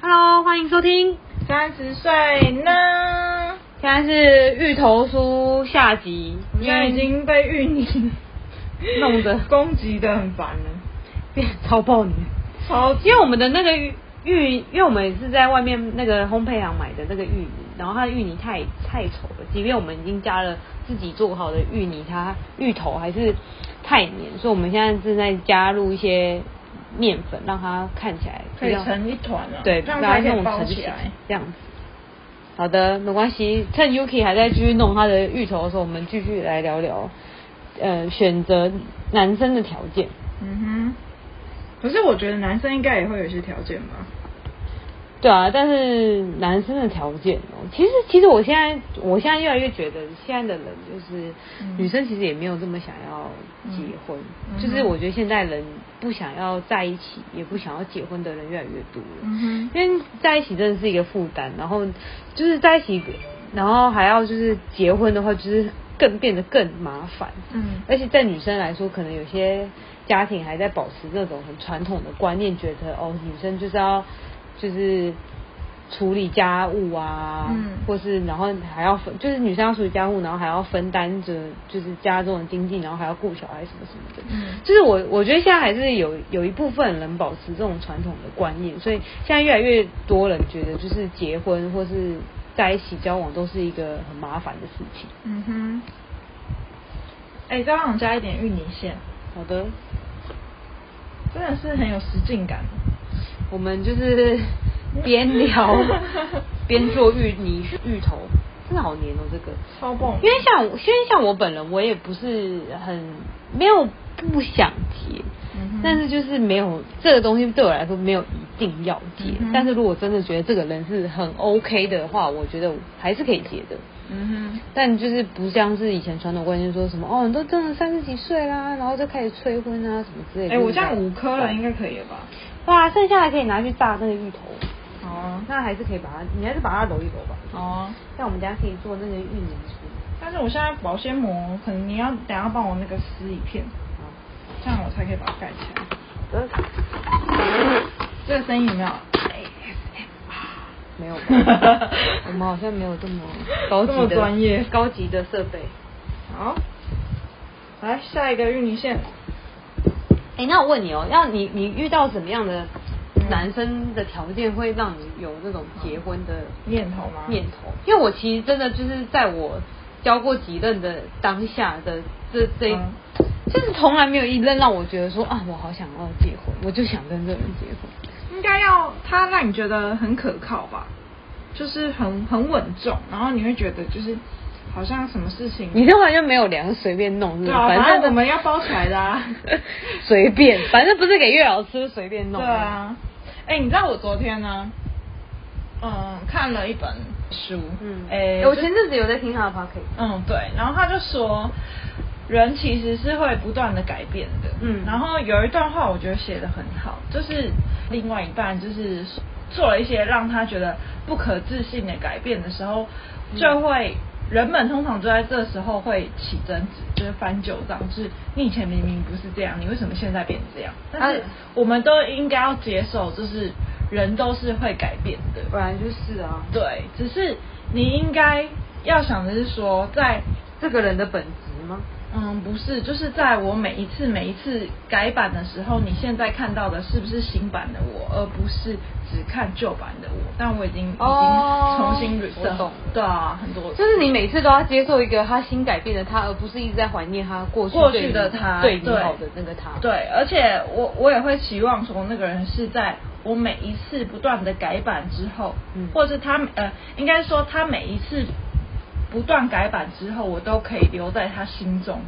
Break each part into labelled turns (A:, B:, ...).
A: Hello，欢迎收听，
B: 三十岁呢？
A: 现在是芋头酥下集，
B: 我现在已经被芋泥
A: 弄得
B: 攻击的很烦了，
A: 变超爆你，
B: 超
A: 因为我们的那个芋芋，因为我们是在外面那个烘焙行买的那个芋泥，然后它的芋泥太太稠了，即便我们已经加了自己做好的芋泥，它芋头还是太黏，所以我们现在正在加入一些面粉，让它看起来
B: 可
A: 比
B: 以
A: 较
B: 成一团了、啊，
A: 对，
B: 这样
A: 把它
B: 才可
A: 弄
B: 以包
A: 成
B: 起
A: 型
B: 来。
A: 这样子。好的，没关系。趁 Yuki 还在继续弄他的芋头的时候，我们继续来聊聊，呃，选择男生的条件。
B: 嗯哼，可是我觉得男生应该也会有一些条件吧？
A: 对啊，但是男生的条件哦，其实其实我现在我现在越来越觉得，现在的人就是、
B: 嗯
A: 女生其实也没有这么想要结婚，
B: 嗯
A: 就是我觉得现在人不想要在一起，也不想要结婚的人越来越多了。
B: 嗯哼，
A: 因为在一起真的是一个负担，然后就是在一起，然后还要就是结婚的话，就是更变得更麻烦。
B: 嗯
A: 而且在女生来说，可能有些家庭还在保持那种很传统的观念，觉得哦，女生就是要就是处理家务啊，
B: 嗯
A: 或是然后还要分，就是女生要处理家务，然后还要分担着就是家中的经济，然后还要顾小孩什么什么的。
B: 嗯
A: 就是我我觉得现在还是有有一部分人保持这种传统的观念，所以现在越来越多人觉得就是结婚或是在一起交往都是一个很麻烦的事情。
B: 嗯哼，哎、再帮我加一点芋泥馅，
A: 好的，
B: 真的是很有实境感。
A: 我们就是边聊边做芋泥芋头，真的好黏哦这个。
B: 超棒
A: 因为像我因为像我本人，我也不是很没有不想结，
B: 嗯哼
A: 但是就是没有这个东西对我来说没有一定要结。
B: 嗯哼
A: 但是如果真的觉得这个人是很 OK 的话，我觉得我还是可以结的。
B: 嗯
A: 但就是不像是以前传统观念说什么哦，你都真的三十几岁啦，然后就开始催婚啊什么之类
B: 哼，哎、
A: 的。
B: 我这样五颗了，应该可以了吧？
A: 哇，剩下的可以拿去炸那个芋头。
B: 好啊，
A: 那还是可以把它，你还是把它揉一揉吧。
B: 好啊。
A: 像我们家可以做那个芋泥酥，
B: 但是我现在保鲜膜，可能你要等下帮我那个撕一片，
A: 好，
B: 这样我才可以把它盖起来。
A: 呃，
B: 这个声音有没有？
A: 哎没有 吧？我们好像没有这么高级
B: 这么
A: 的
B: 专业
A: 高级的设备。
B: 好，来下一个芋泥线。
A: 哎、那我问你哦，要你你遇到什么样的男生的条件会让你有那种结婚的
B: 念头吗？
A: 念头？因为我其实真的就是在我交过几任的当下的这这一。
B: 嗯
A: 就是从来没有一任让我觉得说啊，我好想要结婚，我就想跟这个人结婚。
B: 应该要他让你觉得很可靠吧，就是很很稳重，然后你会觉得就是好像什么事情，
A: 你这完全没有粮，随便弄是
B: 嗯对
A: 吧？
B: 啊，反
A: 正
B: 正我们要包起来的啊。
A: 随便，反正不是给月老吃，随便弄。
B: 对啊，哎、你知道我昨天呢，嗯，看了一本书，
A: 嗯，
B: 哎、
A: 我
B: 就是
A: 前阵子有在听他的 p o c k e t
B: 嗯，对。然后他就说，人其实是会不断的改变的。
A: 嗯
B: 然后有一段话我觉得写的很好，就是另外一半就是做了一些让他觉得不可置信的改变的时候，
A: 嗯
B: 就会、人们通常就在这时候会起争执，就是翻旧账，就是你以前明明不是这样，你为什么现在变这样？但是
A: 啊
B: 我们都应该要接受，就是人都是会改变的。
A: 本来就是啊，
B: 对，只是你应该要想的是说，在
A: 这个人的本质吗？
B: 嗯，不是，就是在我每一次每一次改版的时候，你现在看到的是不是新版的我，而不是只看旧版的我？但我已经、
A: 哦
B: 已经重新
A: 我
B: reset，
A: 懂
B: 好对啊，很多
A: 就是你每次都要接受一个他新改变的他，而不是一直在怀念他过去
B: 过
A: 对
B: 去
A: 你
B: 的他，
A: 对你好的那个他。
B: 对，而且我我也会期望说，那个人是在我每一次不断的改版之后，
A: 嗯
B: 或者是他呃，应该说他每一次不断改版之后，我都可以留在他心中。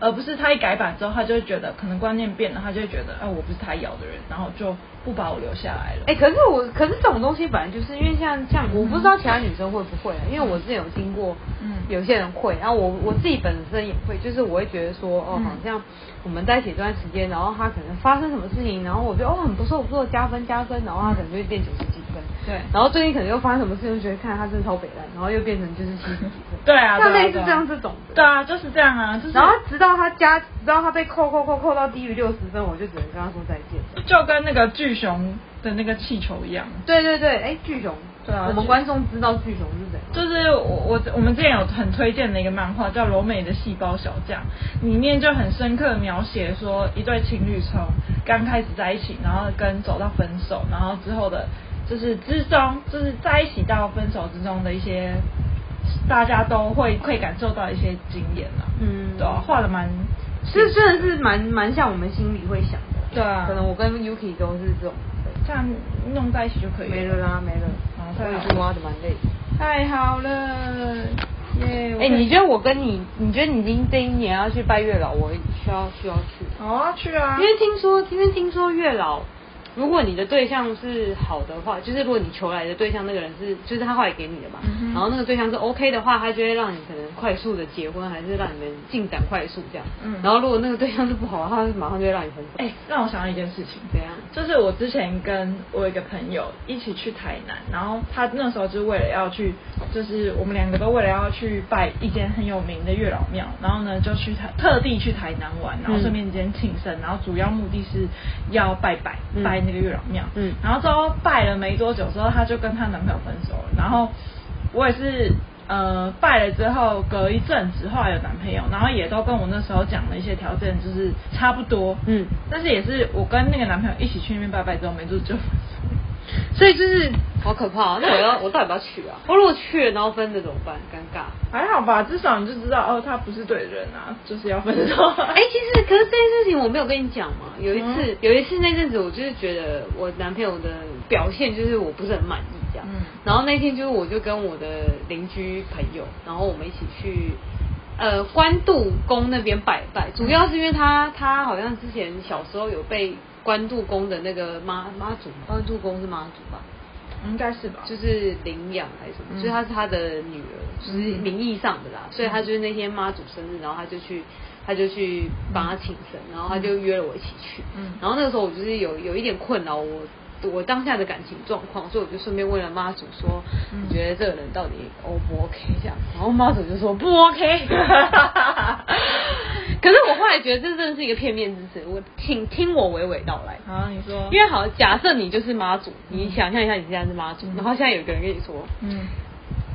B: 而不是他一改版之后，他就会觉得可能观念变了，他就会觉得，哎、我不是他要的人，然后就不把我留下来了。
A: 哎、可是我，可是这种东西本来就是因为像像我不知道其他女生会不会、啊，因为我之前有听过，
B: 嗯
A: 有些人会，然后我我自己本身也会，就是我会觉得说，哦，
B: 嗯
A: 好像我们在一起这段时间，然后他可能发生什么事情，然后我觉得哦很不错不错，加分加分，然后他可能就会变九十几分，
B: 嗯对。
A: 然后最近可能又发生什么事，就觉得看他真的超北烂，然后又变成就是七十几岁
B: 对啊，
A: 像
B: 对啊
A: 类似
B: 对啊
A: 这样这种的。
B: 对啊，就是这样啊，就是
A: 然后直到他加，直到他被扣扣扣扣到低于六十分，我就只能跟他说再见。
B: 就跟那个巨熊的那个气球一样，
A: 对对对，哎，巨熊，
B: 对啊
A: 我们
B: 巨
A: 观众知道巨熊是谁吗？
B: 就是我我我们之前有很推荐的一个漫画叫《罗美的细胞小将》，里面就很深刻描写说一对情侣从刚开始在一起，然后跟走到分手，然后之后的就是之中就是在一起到分手之中的一些，大家都会会感受到一些经验啊，
A: 嗯
B: 对啊，画的蛮
A: 是真的是蛮蛮像我们心里会想的。
B: 对啊
A: 可能我跟 Yuki 都是这种。
B: 这样弄在一起就可以
A: 没了啦，没了。
B: 好
A: 所
B: 太好了
A: 以就挖的蛮累的。
B: 太好了，耶！我
A: 哎、你
B: 可以
A: 觉得我跟你，你觉得你已经这一年要去拜月老，我需要需要去吗？
B: 好啊，去啊，
A: 因为听说，因为听说月老，如果你的对象是好的话，就是如果你求来的对象那个人是，就是他后来给你的嘛，
B: 嗯哼
A: 然后那个对象是 OK 的话，他就会让你可能快速的结婚，还是让你们进展快速这样。
B: 嗯
A: 然后如果那个对象是不好的话，他马上就会让你分手。
B: 哎、让我想到一件事情，
A: 怎样
B: 就是我之前跟我有一个朋友一起去台南，然后他那时候就是为了要去，就是我们两个都为了要去拜一间很有名的月老庙，然后呢就去台特地去台南玩，
A: 嗯
B: 然后顺便间庆生，然后主要目的是要拜拜、
A: 嗯
B: 拜那个月老庙，
A: 嗯
B: 然后之后拜了没多久之后，她就跟她男朋友分手了，然后我也是。呃，拜了之后，隔一阵子，后来有男朋友，然后也都跟我那时候讲的一些条件就是差不多，
A: 嗯
B: 但是也是我跟那个男朋友一起去那边拜拜之后，没多久就分手。
A: 所以就是好可怕、啊。那我要，我到底要不要去啊？我如果去了，然后分了怎么办？尴尬。
B: 还好吧，至少你就知道哦，他不是对的人啊，就是要分 手。
A: 哎、其实可是这件事情我没有跟你讲嘛。有一次，
B: 嗯
A: 有一次那阵子，我就是觉得我男朋友的表现就是我不是很满意这样。
B: 嗯
A: 然后那天就是我就跟我的邻居朋友，然后我们一起去。呃，关渡宫那边拜拜，主要是因为他他好像之前小时候有被关渡宫的那个妈妈祖，关渡宫是妈祖吧？
B: 应该是吧，
A: 就是领养还是什么，
B: 嗯
A: 就是她是他的女儿，就是名义上的啦，所以他就是那天妈祖生日，然后他就去，他就去帮她请神，然后他就约了我一起去，
B: 嗯
A: 然后那个时候我就是有有一点困扰我。我当下的感情状况，所以我就顺便问了妈祖说，
B: 嗯
A: 你觉得这个人到底 O 不 OK 这样？然后妈祖就说不 OK。可是我后来觉得这真的是一个片面之词，我请听我娓娓道来。
B: 好，你说，
A: 因为好，假设你就是妈祖，你想象一下你现在是妈祖，然后现在有一个人跟你说，
B: 嗯，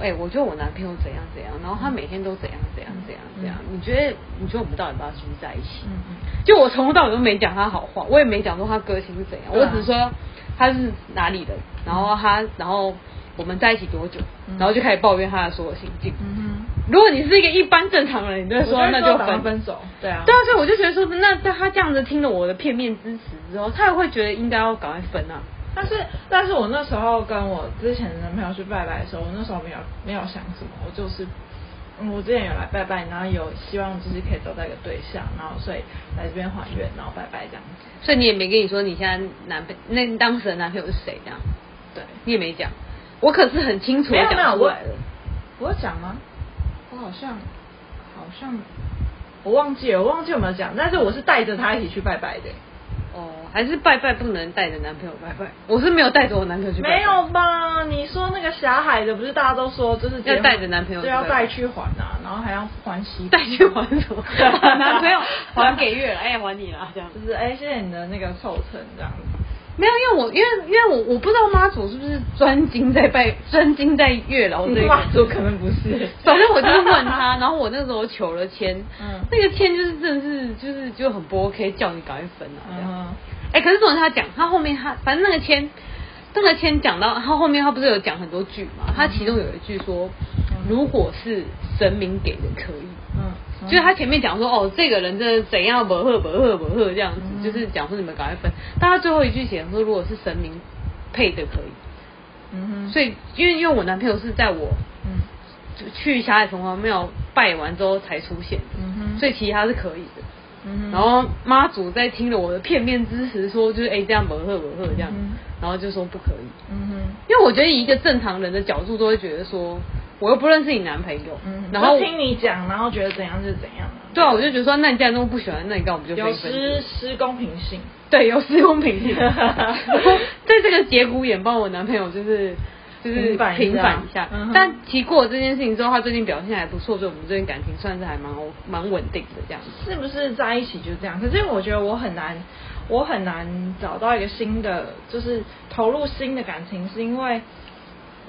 A: 哎、我觉得我男朋友怎样怎样，然后他每天都怎样怎样怎样怎样，
B: 嗯
A: 你觉得你觉得我们到底要不要继续在一起？
B: 嗯嗯
A: 就我从头到尾都没讲他好话，我也没讲说他个性是怎样，
B: 对
A: 我
B: 啊
A: 只说他是哪里人，然后他然后我们在一起多久，
B: 嗯
A: 然后就开始抱怨他的所有行径。
B: 嗯
A: 如果你是一个一般正常人，你就会
B: 我
A: 说
B: 就会
A: 那
B: 说
A: 就
B: 赶快
A: 分
B: 分手对啊
A: 对啊，所以我就觉得说，那那他这样子听了我的片面之词之后，他也会觉得应该要赶快分啊。
B: 但是，但是我那时候跟我之前的男朋友去拜拜的时候，我那时候没有没有想什么，我就是，嗯我之前有来拜拜，然后有希望就是可以找到一个对象，然后所以来这边还愿，然后拜拜这样子。
A: 所以你也没跟你说你现在男朋那你当时的男朋友是谁这样，
B: 对，
A: 你也没讲。我可是很清楚
B: 没
A: 的
B: 有没有，
A: 讲出
B: 我
A: 来了。
B: 我有讲吗？我好像好像我忘记了，我忘记有没有讲，但是我是带着他一起去拜拜的。
A: 哦，还是拜拜不能带着男朋友拜拜，我是没有带着我男朋友去拜拜。
B: 没有吧？你说那个霞海的，不是大家都说就是结婚
A: 要带着男朋友
B: 对，
A: 去拜
B: 要
A: 拜
B: 带去还啊，然后还要还息
A: 带去还 什 么？男朋友还给月了，哎、还你了这样子
B: 就。是哎，谢谢你的那个凑成这样子。
A: 没有，因为我因为因为我我不知道妈祖是不是专精在拜 专精在月老嗯这个。
B: 妈祖可能不是，
A: 反正我就是问他，然后我那时候求了签，
B: 嗯
A: 那个签就是真的是就是就很不 OK，叫你赶快分啊这样。
B: 嗯，
A: 哎、可是总是他讲，他后面他反正那个签，那个签讲到他后面他不是有讲很多句嘛？他其中有一句说，
B: 嗯
A: 如果是神明给的可以。
B: 嗯，
A: 就是他前面讲说，哦，这个人真的怎样不赫不赫不赫这样子，
B: 嗯
A: 就是讲说你们赶快分。但他最后一句写说，如果是神明配的可以。
B: 嗯哼，
A: 所以因为因为我男朋友是在我
B: 嗯
A: 去霞海城隍庙拜完之后才出现的，
B: 嗯哼
A: 所以其实他是可以的。
B: 嗯哼，
A: 然后妈祖在听了我的片面之词，说就是哎、这样不喝不喝这样，
B: 嗯
A: 然后就说不可以，
B: 嗯哼。
A: 因为我觉得以一个正常人的角度都会觉得说，我又不认识你男朋友，
B: 嗯，
A: 然后
B: 就听你讲，然后觉得怎样就是怎样啊
A: 对啊，我就觉得说那你既然那么不喜欢，那你干嘛不就
B: 有
A: 非分
B: 失失公平性。
A: 对有失公平性，在这个节骨眼帮我男朋友就是就是
B: 平反一下
A: 平反一下。
B: 嗯哼
A: 但其实过了这件事情之后，他最近表现还不错，所以我们最近感情算是还蛮 O 蛮稳定的这样子。
B: 是不是在一起就这样？可是我觉得我很难，我很难找到一个新的，就是投入新的感情，是因为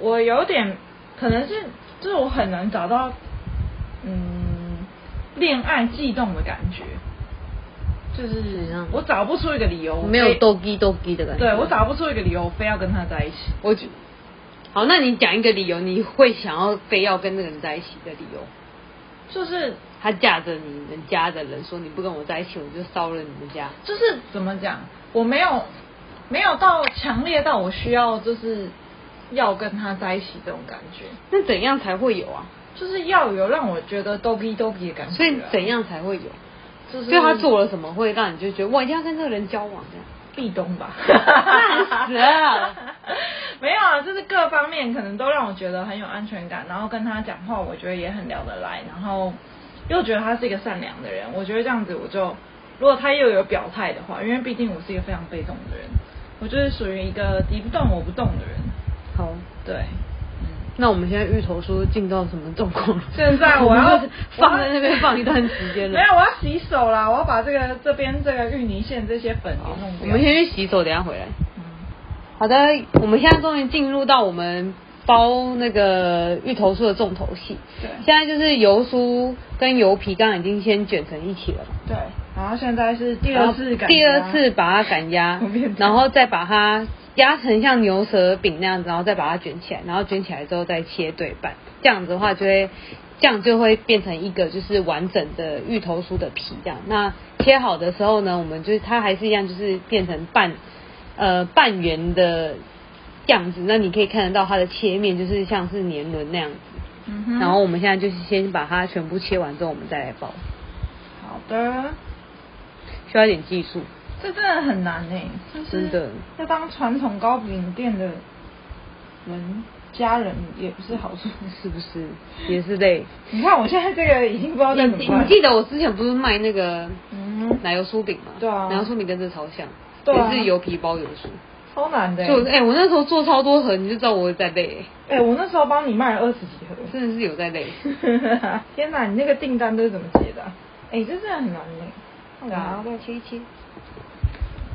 B: 我有点可能是，就是我很难找到，嗯，恋爱悸动的感觉，就是
A: 怎样
B: 我找不出一个理由，
A: 没有
B: 非
A: 斗鸡斗鸡的感觉
B: 对我找不出一个理由，我非要跟他在一起。
A: 我觉好，那你讲一个理由，你会想要非要跟那个人在一起的理由？
B: 就是
A: 他架着你们家的人说你不跟我在一起，我就烧了你们家。
B: 就是怎么讲，我没有没有到强烈到我需要就是要跟他在一起这种感觉，
A: 那怎样才会有啊？
B: 就是要有让我觉得 doggy doggy 的感觉、啊
A: 所以怎？样才会有？
B: 就是
A: 所以他做了什么会让你就觉得我一定要跟这个人交往这样？
B: 壁咚吧，
A: 烂死了。
B: 没有啊，就是各方面可能都让我觉得很有安全感，然后跟他讲话，我觉得也很聊得来，然后又觉得他是一个善良的人，我觉得这样子我就，如果他又有表态的话，因为毕竟我是一个非常被动的人，我就是属于一个敌不动我不动的人，
A: 好，
B: 对，
A: 那我们现在芋头说进到什么状况了？
B: 现在我要
A: 们 放在那边放一段时间 了。
B: 没有，我要洗手啦，我要把这个这边这个芋泥线这些粉给
A: 好
B: 弄
A: 哦我
B: 掉。
A: 们先去洗手，等一下回来。
B: 嗯
A: 好的，我们现在终于进入到我们包那个芋头酥的重头戏。
B: 对
A: 现在就是油酥跟油皮刚刚已经先卷成一起了嘛。
B: 对，然后现在是第二次感觉啊，
A: 第二次把它擀压
B: 我变，成
A: 然后再把它压成像牛舌饼那样子，然后再把它卷起来，然后卷起来之后再切对半，这样子的话就会，这样就会变成一个就是完整的芋头酥的皮这样。那切好的时候呢，我们就是它还是一样，就是变成半呃半圆的样子，那你可以看得到它的切面就是像是年轮那样子。
B: 嗯哼，
A: 然后我们现在就是先把它全部切完之后，我们再来包，
B: 好的，
A: 需要一点技术。
B: 这真的很难呢，就是
A: 真的
B: 要当传统糕饼店的人家人也不是好处。
A: 是不是也是累？
B: 你看我现在这个已经不知道
A: 你
B: 在怎么
A: 你
B: 办
A: 你。记得我之前不是卖那个
B: 嗯，
A: 奶油酥饼吗？
B: 对啊
A: 奶油酥饼跟这超像，
B: 对啊
A: 也是油皮包油酥。
B: 超难的欸。
A: 就哎、我那时候做超多盒，你就知道我有在累、
B: 哎，我那时候帮你卖了二十几盒。
A: 真的是有在累。
B: 天哪，你那个订单都是怎么接的、啊？哎、这真的很难呢。
A: 对啊，再切一切。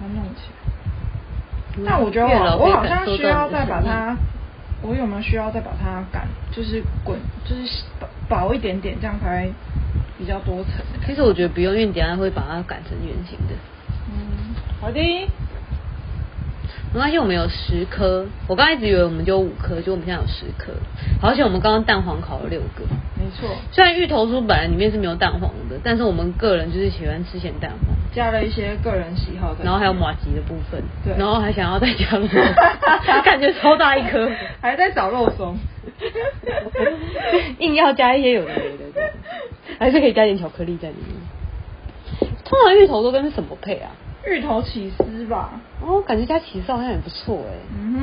B: 把它弄起来。但我觉得
A: 月嗯老
B: 我
A: 可以
B: 我好
A: 感
B: 像
A: 受
B: 需
A: 到
B: 要
A: 你的
B: 再把
A: 诚意
B: 它，我有没有需要再把它擀，就是滚，就是薄薄一点点，这样才会比较多层的感
A: 其
B: 觉。
A: 实我觉得不用，因为你等一下会把它擀成圆形的。
B: 嗯，好的。
A: 没关系，我们有十颗。我刚才一直以为我们就有五颗，就我们现在有十颗，而且我们刚刚蛋黄烤了六个。
B: 没错，
A: 虽然芋头酥本来里面是没有蛋黄的，但是我们个人就是喜欢吃咸蛋黄。
B: 加了一些个人喜好的，
A: 然后还有 马吉的部分，
B: 对
A: 然后还想要再加入，感觉超大一颗，
B: 还在找肉松。
A: 硬要加一些有的没的这样，还是可以加点巧克力在里面。通常芋头都跟什么配啊？
B: 芋头起司吧。
A: 哦，感觉加起司好像也不错哎，
B: 嗯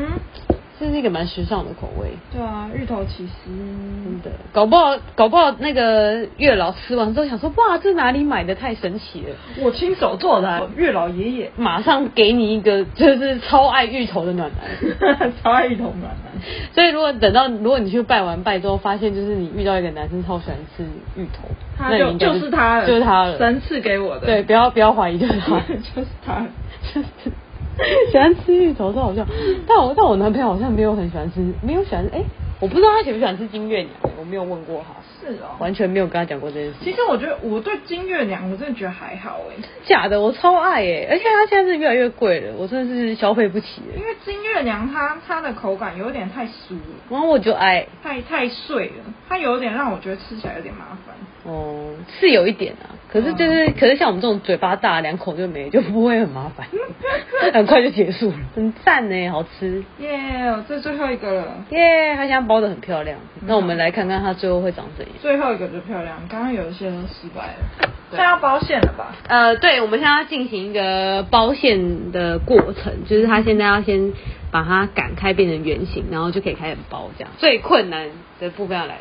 B: 哼，
A: 这是一个蛮时尚的口味，
B: 对啊，芋头起司。
A: 真的。搞不好搞不好那个月老吃完之后想说，哇，这哪里买的太神奇了，
B: 我亲手做的啊，月老爷爷
A: 马上给你一个就是超爱芋头的暖男。
B: 超爱芋头暖男。
A: 所以如果等到如果你去拜完拜之后，发现就是你遇到一个男生超喜欢吃芋头，
B: 他
A: 那你
B: 就
A: 应该
B: 就是他了，
A: 就是他了。
B: 神赐给我的，
A: 对，不要不要怀疑，就是 他，
B: 就是他了。
A: 就是喜欢吃芋头，超好笑。但我但我男朋友好像没有很喜欢吃，没有喜欢哎、我不知道他喜不喜欢吃金月娘，我没有问过他，
B: 是哦。
A: 完全没有跟他讲过这件事。
B: 其实我觉得我对金月娘，我真的觉得还好哎，
A: 假的，我超爱哎、而且他现在是越来越贵了，我真的是消费不起哎、
B: 因为金月娘它它的口感有点太酥了，
A: 然后我就爱，
B: 太太碎了，它有点让我觉得吃起来有点麻烦。
A: 哦、是有一点啊，可是就是，可是像我们这种嘴巴大，两口就没，就不会很麻 烦，很快就结束了，很赞呢，好吃，
B: 耶、这最后一个了，
A: 耶、它现在包的很漂亮，
B: 嗯
A: 那我们来看看它最后会长怎样。
B: 最后一个就漂亮，刚刚有一些都失败了，
A: 对
B: 现在要包馅了吧？
A: 呃，对，我们现在要进行一个包馅的过程，就是它现在要先把它擀开变成圆形，然后就可以开始包这样。最困难的部分要来了，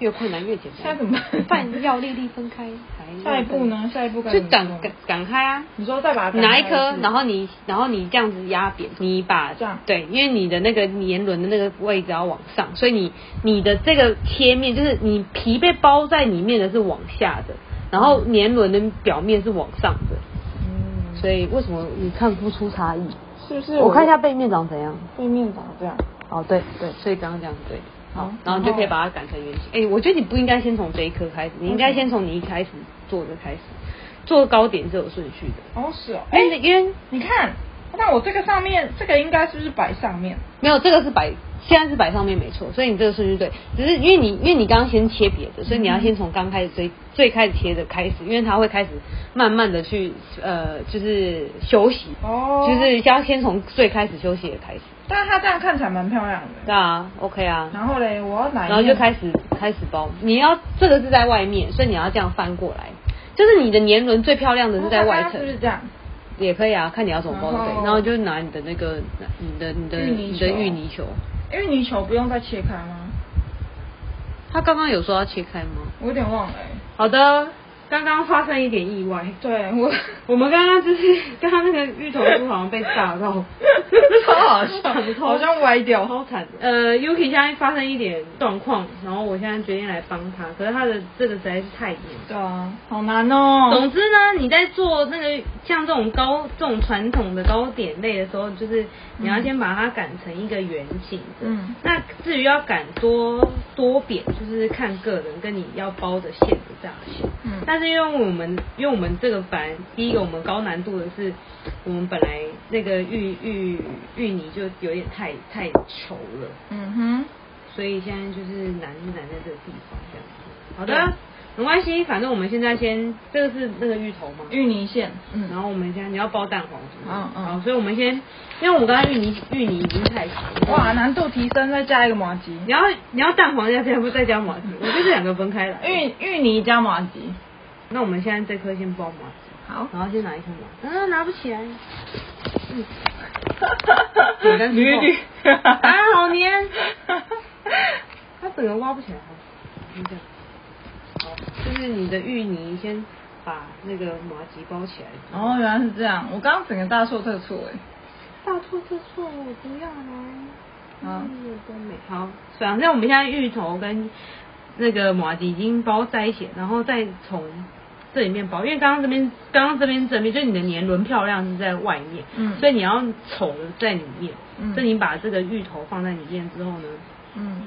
A: 越困难越简单。
B: 现在怎么办
A: 饭要粒粒分开，还
B: 下一步呢下一步该
A: 就
B: 怎么
A: 擀
B: 做
A: 擀擀开啊！
B: 你说再把它擀
A: 拿一
B: 开
A: 颗
B: 是，
A: 然后你然后你这样子压扁，你把
B: 这样
A: 对，因为你的那个年轮的那个位置要往上，所以你你的这个切面就是你皮被包在里面的是往下的，然后年轮的表面是往上的，
B: 嗯，
A: 所以为什么你看不出差异？
B: 是不是
A: 我看一下背面长怎样。
B: 背面长这样？
A: 哦，对对，所以刚刚这样子对。好
B: 好，
A: 然后你就可以把它擀成圆形。哎、我觉得你不应该先从这一颗开始，你应该
B: 为什么
A: 先从你一开始做的开始，做糕点是有顺序的。
B: 哦，是哦，
A: 哎、
B: 哎、
A: 因为
B: 你看，那我这个上面这个应该是不是摆上面？
A: 没有这个是摆，现在是摆上面没错，所以你这个顺序对。只是因为你因为你刚刚先切别的，所以你要先从刚开始最最开始切的开始，因为它会开始慢慢的去呃就是休息，
B: 哦
A: 就是要先从最开始休息的开始。
B: 但是它这样看起来蛮漂亮的。
A: 对啊，OK 啊。
B: 然后嘞，我要哪一面？
A: 然后就开始开始包。你要这个是在外面，所以你要这样翻过来，就是你的年轮最漂亮的是在外
B: 哦它
A: 层
B: 是，不是这样？
A: 也可以啊，看你要怎么包都可以。
B: 哦
A: 然后就拿你的那个你的你的
B: 芋泥
A: 你的
B: 球
A: 芋泥球，
B: 因为泥球不用再切开吗？
A: 他刚刚有说要切开吗？
B: 我有点忘了、欸。
A: 好的，刚刚发生一点意外。
B: 对 我，
A: 我们刚刚就是 刚刚那个芋头酥好像被炸 到
B: ，超好 笑
A: 惨痛
B: 好像歪掉
A: 超惨的。呃，Yuki 现在发生一点状况，然后我现在决定来帮他，可是他的这个实在是太严重。
B: 对啊，好难哦、
A: 总之呢，你在做那个像这种糕这种传统的糕点类的时候，就是你要先把它擀成一个圆形的。
B: 嗯
A: 那至于要擀多多扁，就是看个人跟你要包的馅的大小。
B: 嗯
A: 但是因为我们因为我们这个反正第一个我们高难度的是，我们本来那个芋芋芋泥就有点太太稠了。
B: 嗯哼，
A: 所以现在就是难就难在这个地方这样子。好
B: 对
A: 的，没关系，反正我们现在先，这个是那个芋头嘛，
B: 芋泥馅，嗯，
A: 然后我们现在你要包蛋黄是不是
B: 嗯嗯
A: 好，所以我们先，因为我们刚刚芋泥芋泥已经太长了，
B: 哇，难度提升，再加一个麻吉，
A: 你要你要蛋黄要加不再加麻 吉，我觉得这两个分开来。
B: 芋芋泥加麻吉，
A: 那我们现在这颗先包麻吉，
B: 好，
A: 然后先拿一颗麻吉，嗯，拿不起来，嗯，
B: 你
A: 简单粗暴
B: 你
A: 啊，好 黏，它整个挖不起来哈。你这样，好，就是你的芋泥先把那个麻吉包起来。
B: 哦，原来是这样，我刚刚整个大错特错哎，
A: 大错特错，我不要来。
B: 好
A: 嗯，真美好。反正我们现在芋头跟那个麻吉已经包在一起了，然后再从这里面包，因为刚刚这边，刚刚这边这边，就是你的年轮漂亮是在外面，
B: 嗯
A: 所以你要稠在里面，
B: 嗯
A: 所以你把这个芋头放在里面之后呢，
B: 嗯，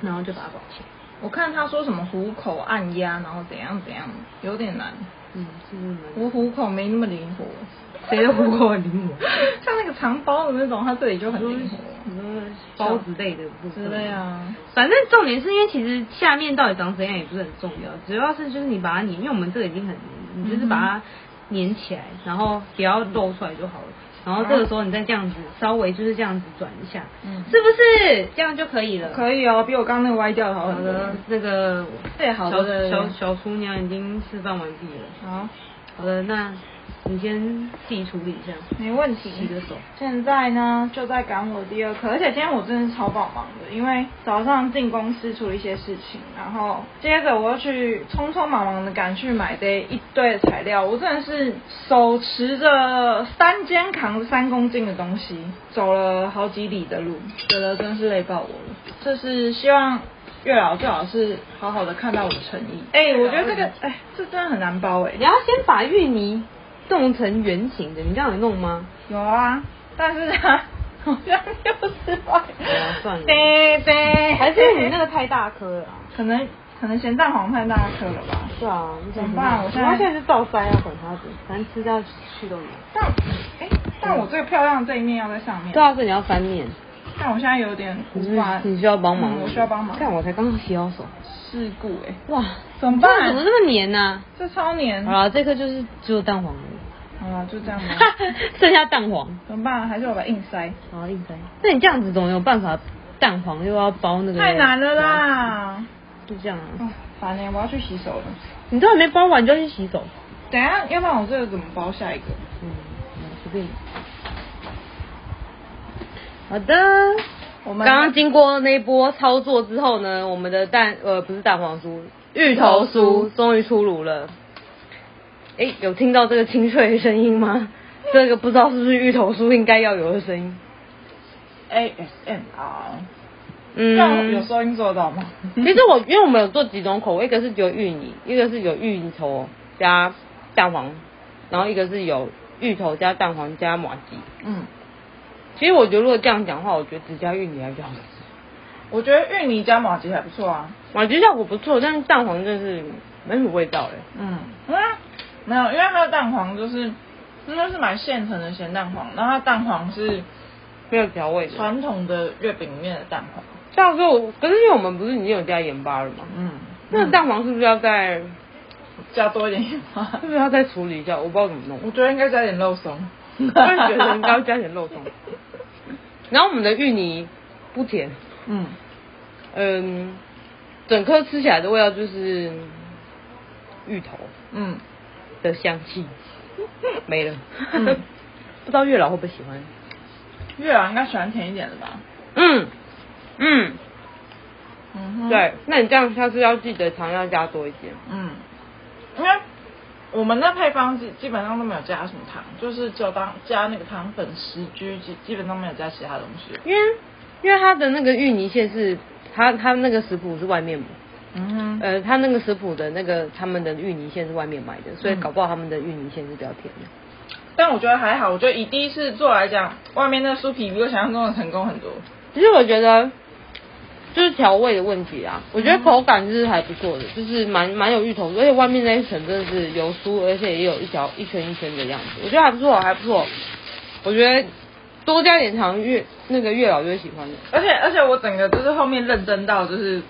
A: 然后就把它包起来。
B: 我看他说什么虎口按压，然后怎样怎样，有点难，
A: 嗯，是不是蛮？
B: 我虎口没那么灵活，
A: 谁的虎口很灵活
B: 像那个长包的那种，它这里就很灵活，
A: 你说包子类的部分
B: 之类啊，
A: 反正重点是因为其实下面到底长怎样也不是很重要，主要是就是你把它粘，因为我们这个已经很黏，你就是把它粘起来，然后不要露出来就好了。然后这个时候你再这样子稍微就是这样子转一下，
B: 嗯
A: 是不是这样就可以了？
B: 可以哦，比我刚刚那个歪掉的好
A: 好
B: 很多
A: 的，，那个
B: 对好
A: 小
B: 的
A: 小小厨娘已经示范完毕了。
B: 好，
A: 好的，那你先自己处理一下。
B: 没问题。
A: 洗个手
B: 现在呢，就在赶我第二课，而且今天我真的是超爆忙的，因为早上进公司处理一些事情，然后接着我又去匆匆忙忙的赶去买这一堆的材料，我真的是手持着三肩扛着三公斤的东西，走了好几里的路，觉得真是累爆我了。就是希望月老最好是好好的看到我的诚意。哎、我觉得这个，哎、这真的很难包哎、
A: 你要先把芋泥弄成圆形的，你这样有弄吗？
B: 有啊，但是它 好像又失败。
A: 啊算了
B: 对对，
A: 哎还是你那个太大颗了啊、
B: 可能可能咸蛋黄太大颗了吧？
A: 是啊，你
B: 怎么办我现在
A: 他现在是倒塞要管他的，反正吃到去都有。
B: 但哎，但我最漂亮的这一面要在上面。
A: 对。啊，所以你要翻面，
B: 但我现在有点无法，
A: 你需要帮忙、
B: 嗯我需要帮忙。
A: 看我才刚刚洗好手，
B: 事故哎，
A: 哇，
B: 怎么
A: 这
B: 办？嗯
A: 怎么那么黏呢、
B: 这超黏。
A: 好
B: 好
A: 了，这颗就是只有蛋黄而
B: 了，就这样吧。
A: 已， 剩下蛋黄，
B: 怎么办？还是我把它硬塞？
A: 好硬塞。那你这样子总有办法，蛋黄又要包那个。
B: 太难了！啦！
A: 就这样
B: 哦
A: 啊，
B: 烦呢，我要去洗手了。
A: 你都还没包完就要去洗手。
B: 等一下，要不然我这个怎么包下一个？嗯
A: 嗯，随便。好的，
B: 我们
A: 刚刚经过那一波操作之后呢，我们的蛋呃不是蛋黄酥，芋头酥终于出炉了。哎，有听到这个清脆的声音 吗？这个不知道是不是芋头酥应该要有的声音。
B: ASMR，这样有
A: 嗯，
B: 收音做得到吗？
A: 其实我因为我们有做几种口味，一个是只有芋泥，一个是有芋头加蛋黄，然后一个是有芋头加蛋黄加马吉。
B: 嗯，
A: 其实我觉得如果这样讲的话，我觉得只加芋泥还比较好吃。
B: 我觉得芋泥加马吉还不错啊。
A: 马吉效果不错，但是蛋黄真的是没什么味道哎。
B: 嗯，嗯啊没有，因为它的蛋黄就是应该是买现成的咸蛋黄，然后它蛋黄是
A: 没有调味的。
B: 传统的月饼里面的蛋黄。
A: 到时候，可是因为我们不是已经有加盐巴了吗？
B: 嗯，
A: 那个蛋黄是不是要再，是
B: 加多一点盐巴，
A: 不是要再处理一下？我不知道怎么弄，
B: 我觉得应该加点肉松。
A: 我也觉得应该要加点肉松。然后我们的芋泥不甜，
B: 嗯，
A: 嗯，整颗吃起来的味道就是芋头
B: 嗯，
A: 的香气， 没了。
B: 嗯
A: 不知道月老会不会喜欢？
B: 月老应该喜欢甜一点的吧？
A: 嗯嗯，
B: 嗯哼，
A: 对，，那你这样下次要记得糖要加多一点。
B: 嗯，因为我们的配方基基本上都没有加什么糖，就是只有当加那个糖粉十居，基基本上没有加其他东西。
A: 因为因为它的那个芋泥馅是它它那个食谱是外面，
B: 嗯哼，
A: 呃，它那个食谱的那个他们的芋泥馅是外面买的，所以
B: 嗯
A: 搞不好他们的芋泥馅是比较甜的。
B: 但我觉得还好，我觉得以第一次做来讲，外面那个酥皮比我想象中的成功很多。
A: 其实我觉得就是调味的问题
B: 嗯
A: 啊，我觉得口感就是还不错的，就是蛮蛮有芋头，而且外面那一层真的是有酥，而且也有一条一圈一圈的样子，我觉得还不错，还不错。我觉得多加点糖越那个越老越喜 欢的。
B: 而且而且我整个就是后面认真到就是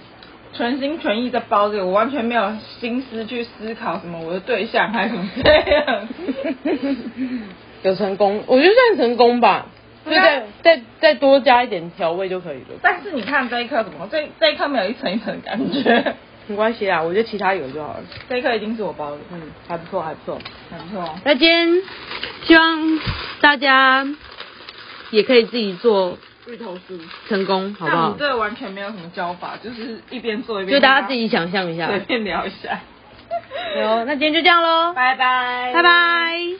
B: 全心全意在包这个，我完全没有心思去思考什么我的对象还有什么之类 的。
A: 有成功，我觉得算成功吧，就
B: 对啊
A: 再再再多加一点调味就可以了，
B: 但是你看这一颗怎么，这这一颗没有一层一层的感觉，
A: 没关系啦，啊我觉得其他有就好了，
B: 这一颗一定是我包的，
A: 嗯，还不错，还不错。
B: 很不错。
A: 那今天希望大家也可以自己做
B: 芋头酥，
A: 成功，好不
B: 但我
A: 好
B: 们？这个完全没有什么教法，就是一边做一边
A: 就大家自己想象一下
B: 随。便聊一下。
A: 有，那今天就这样喽，
B: 拜拜，
A: 拜拜。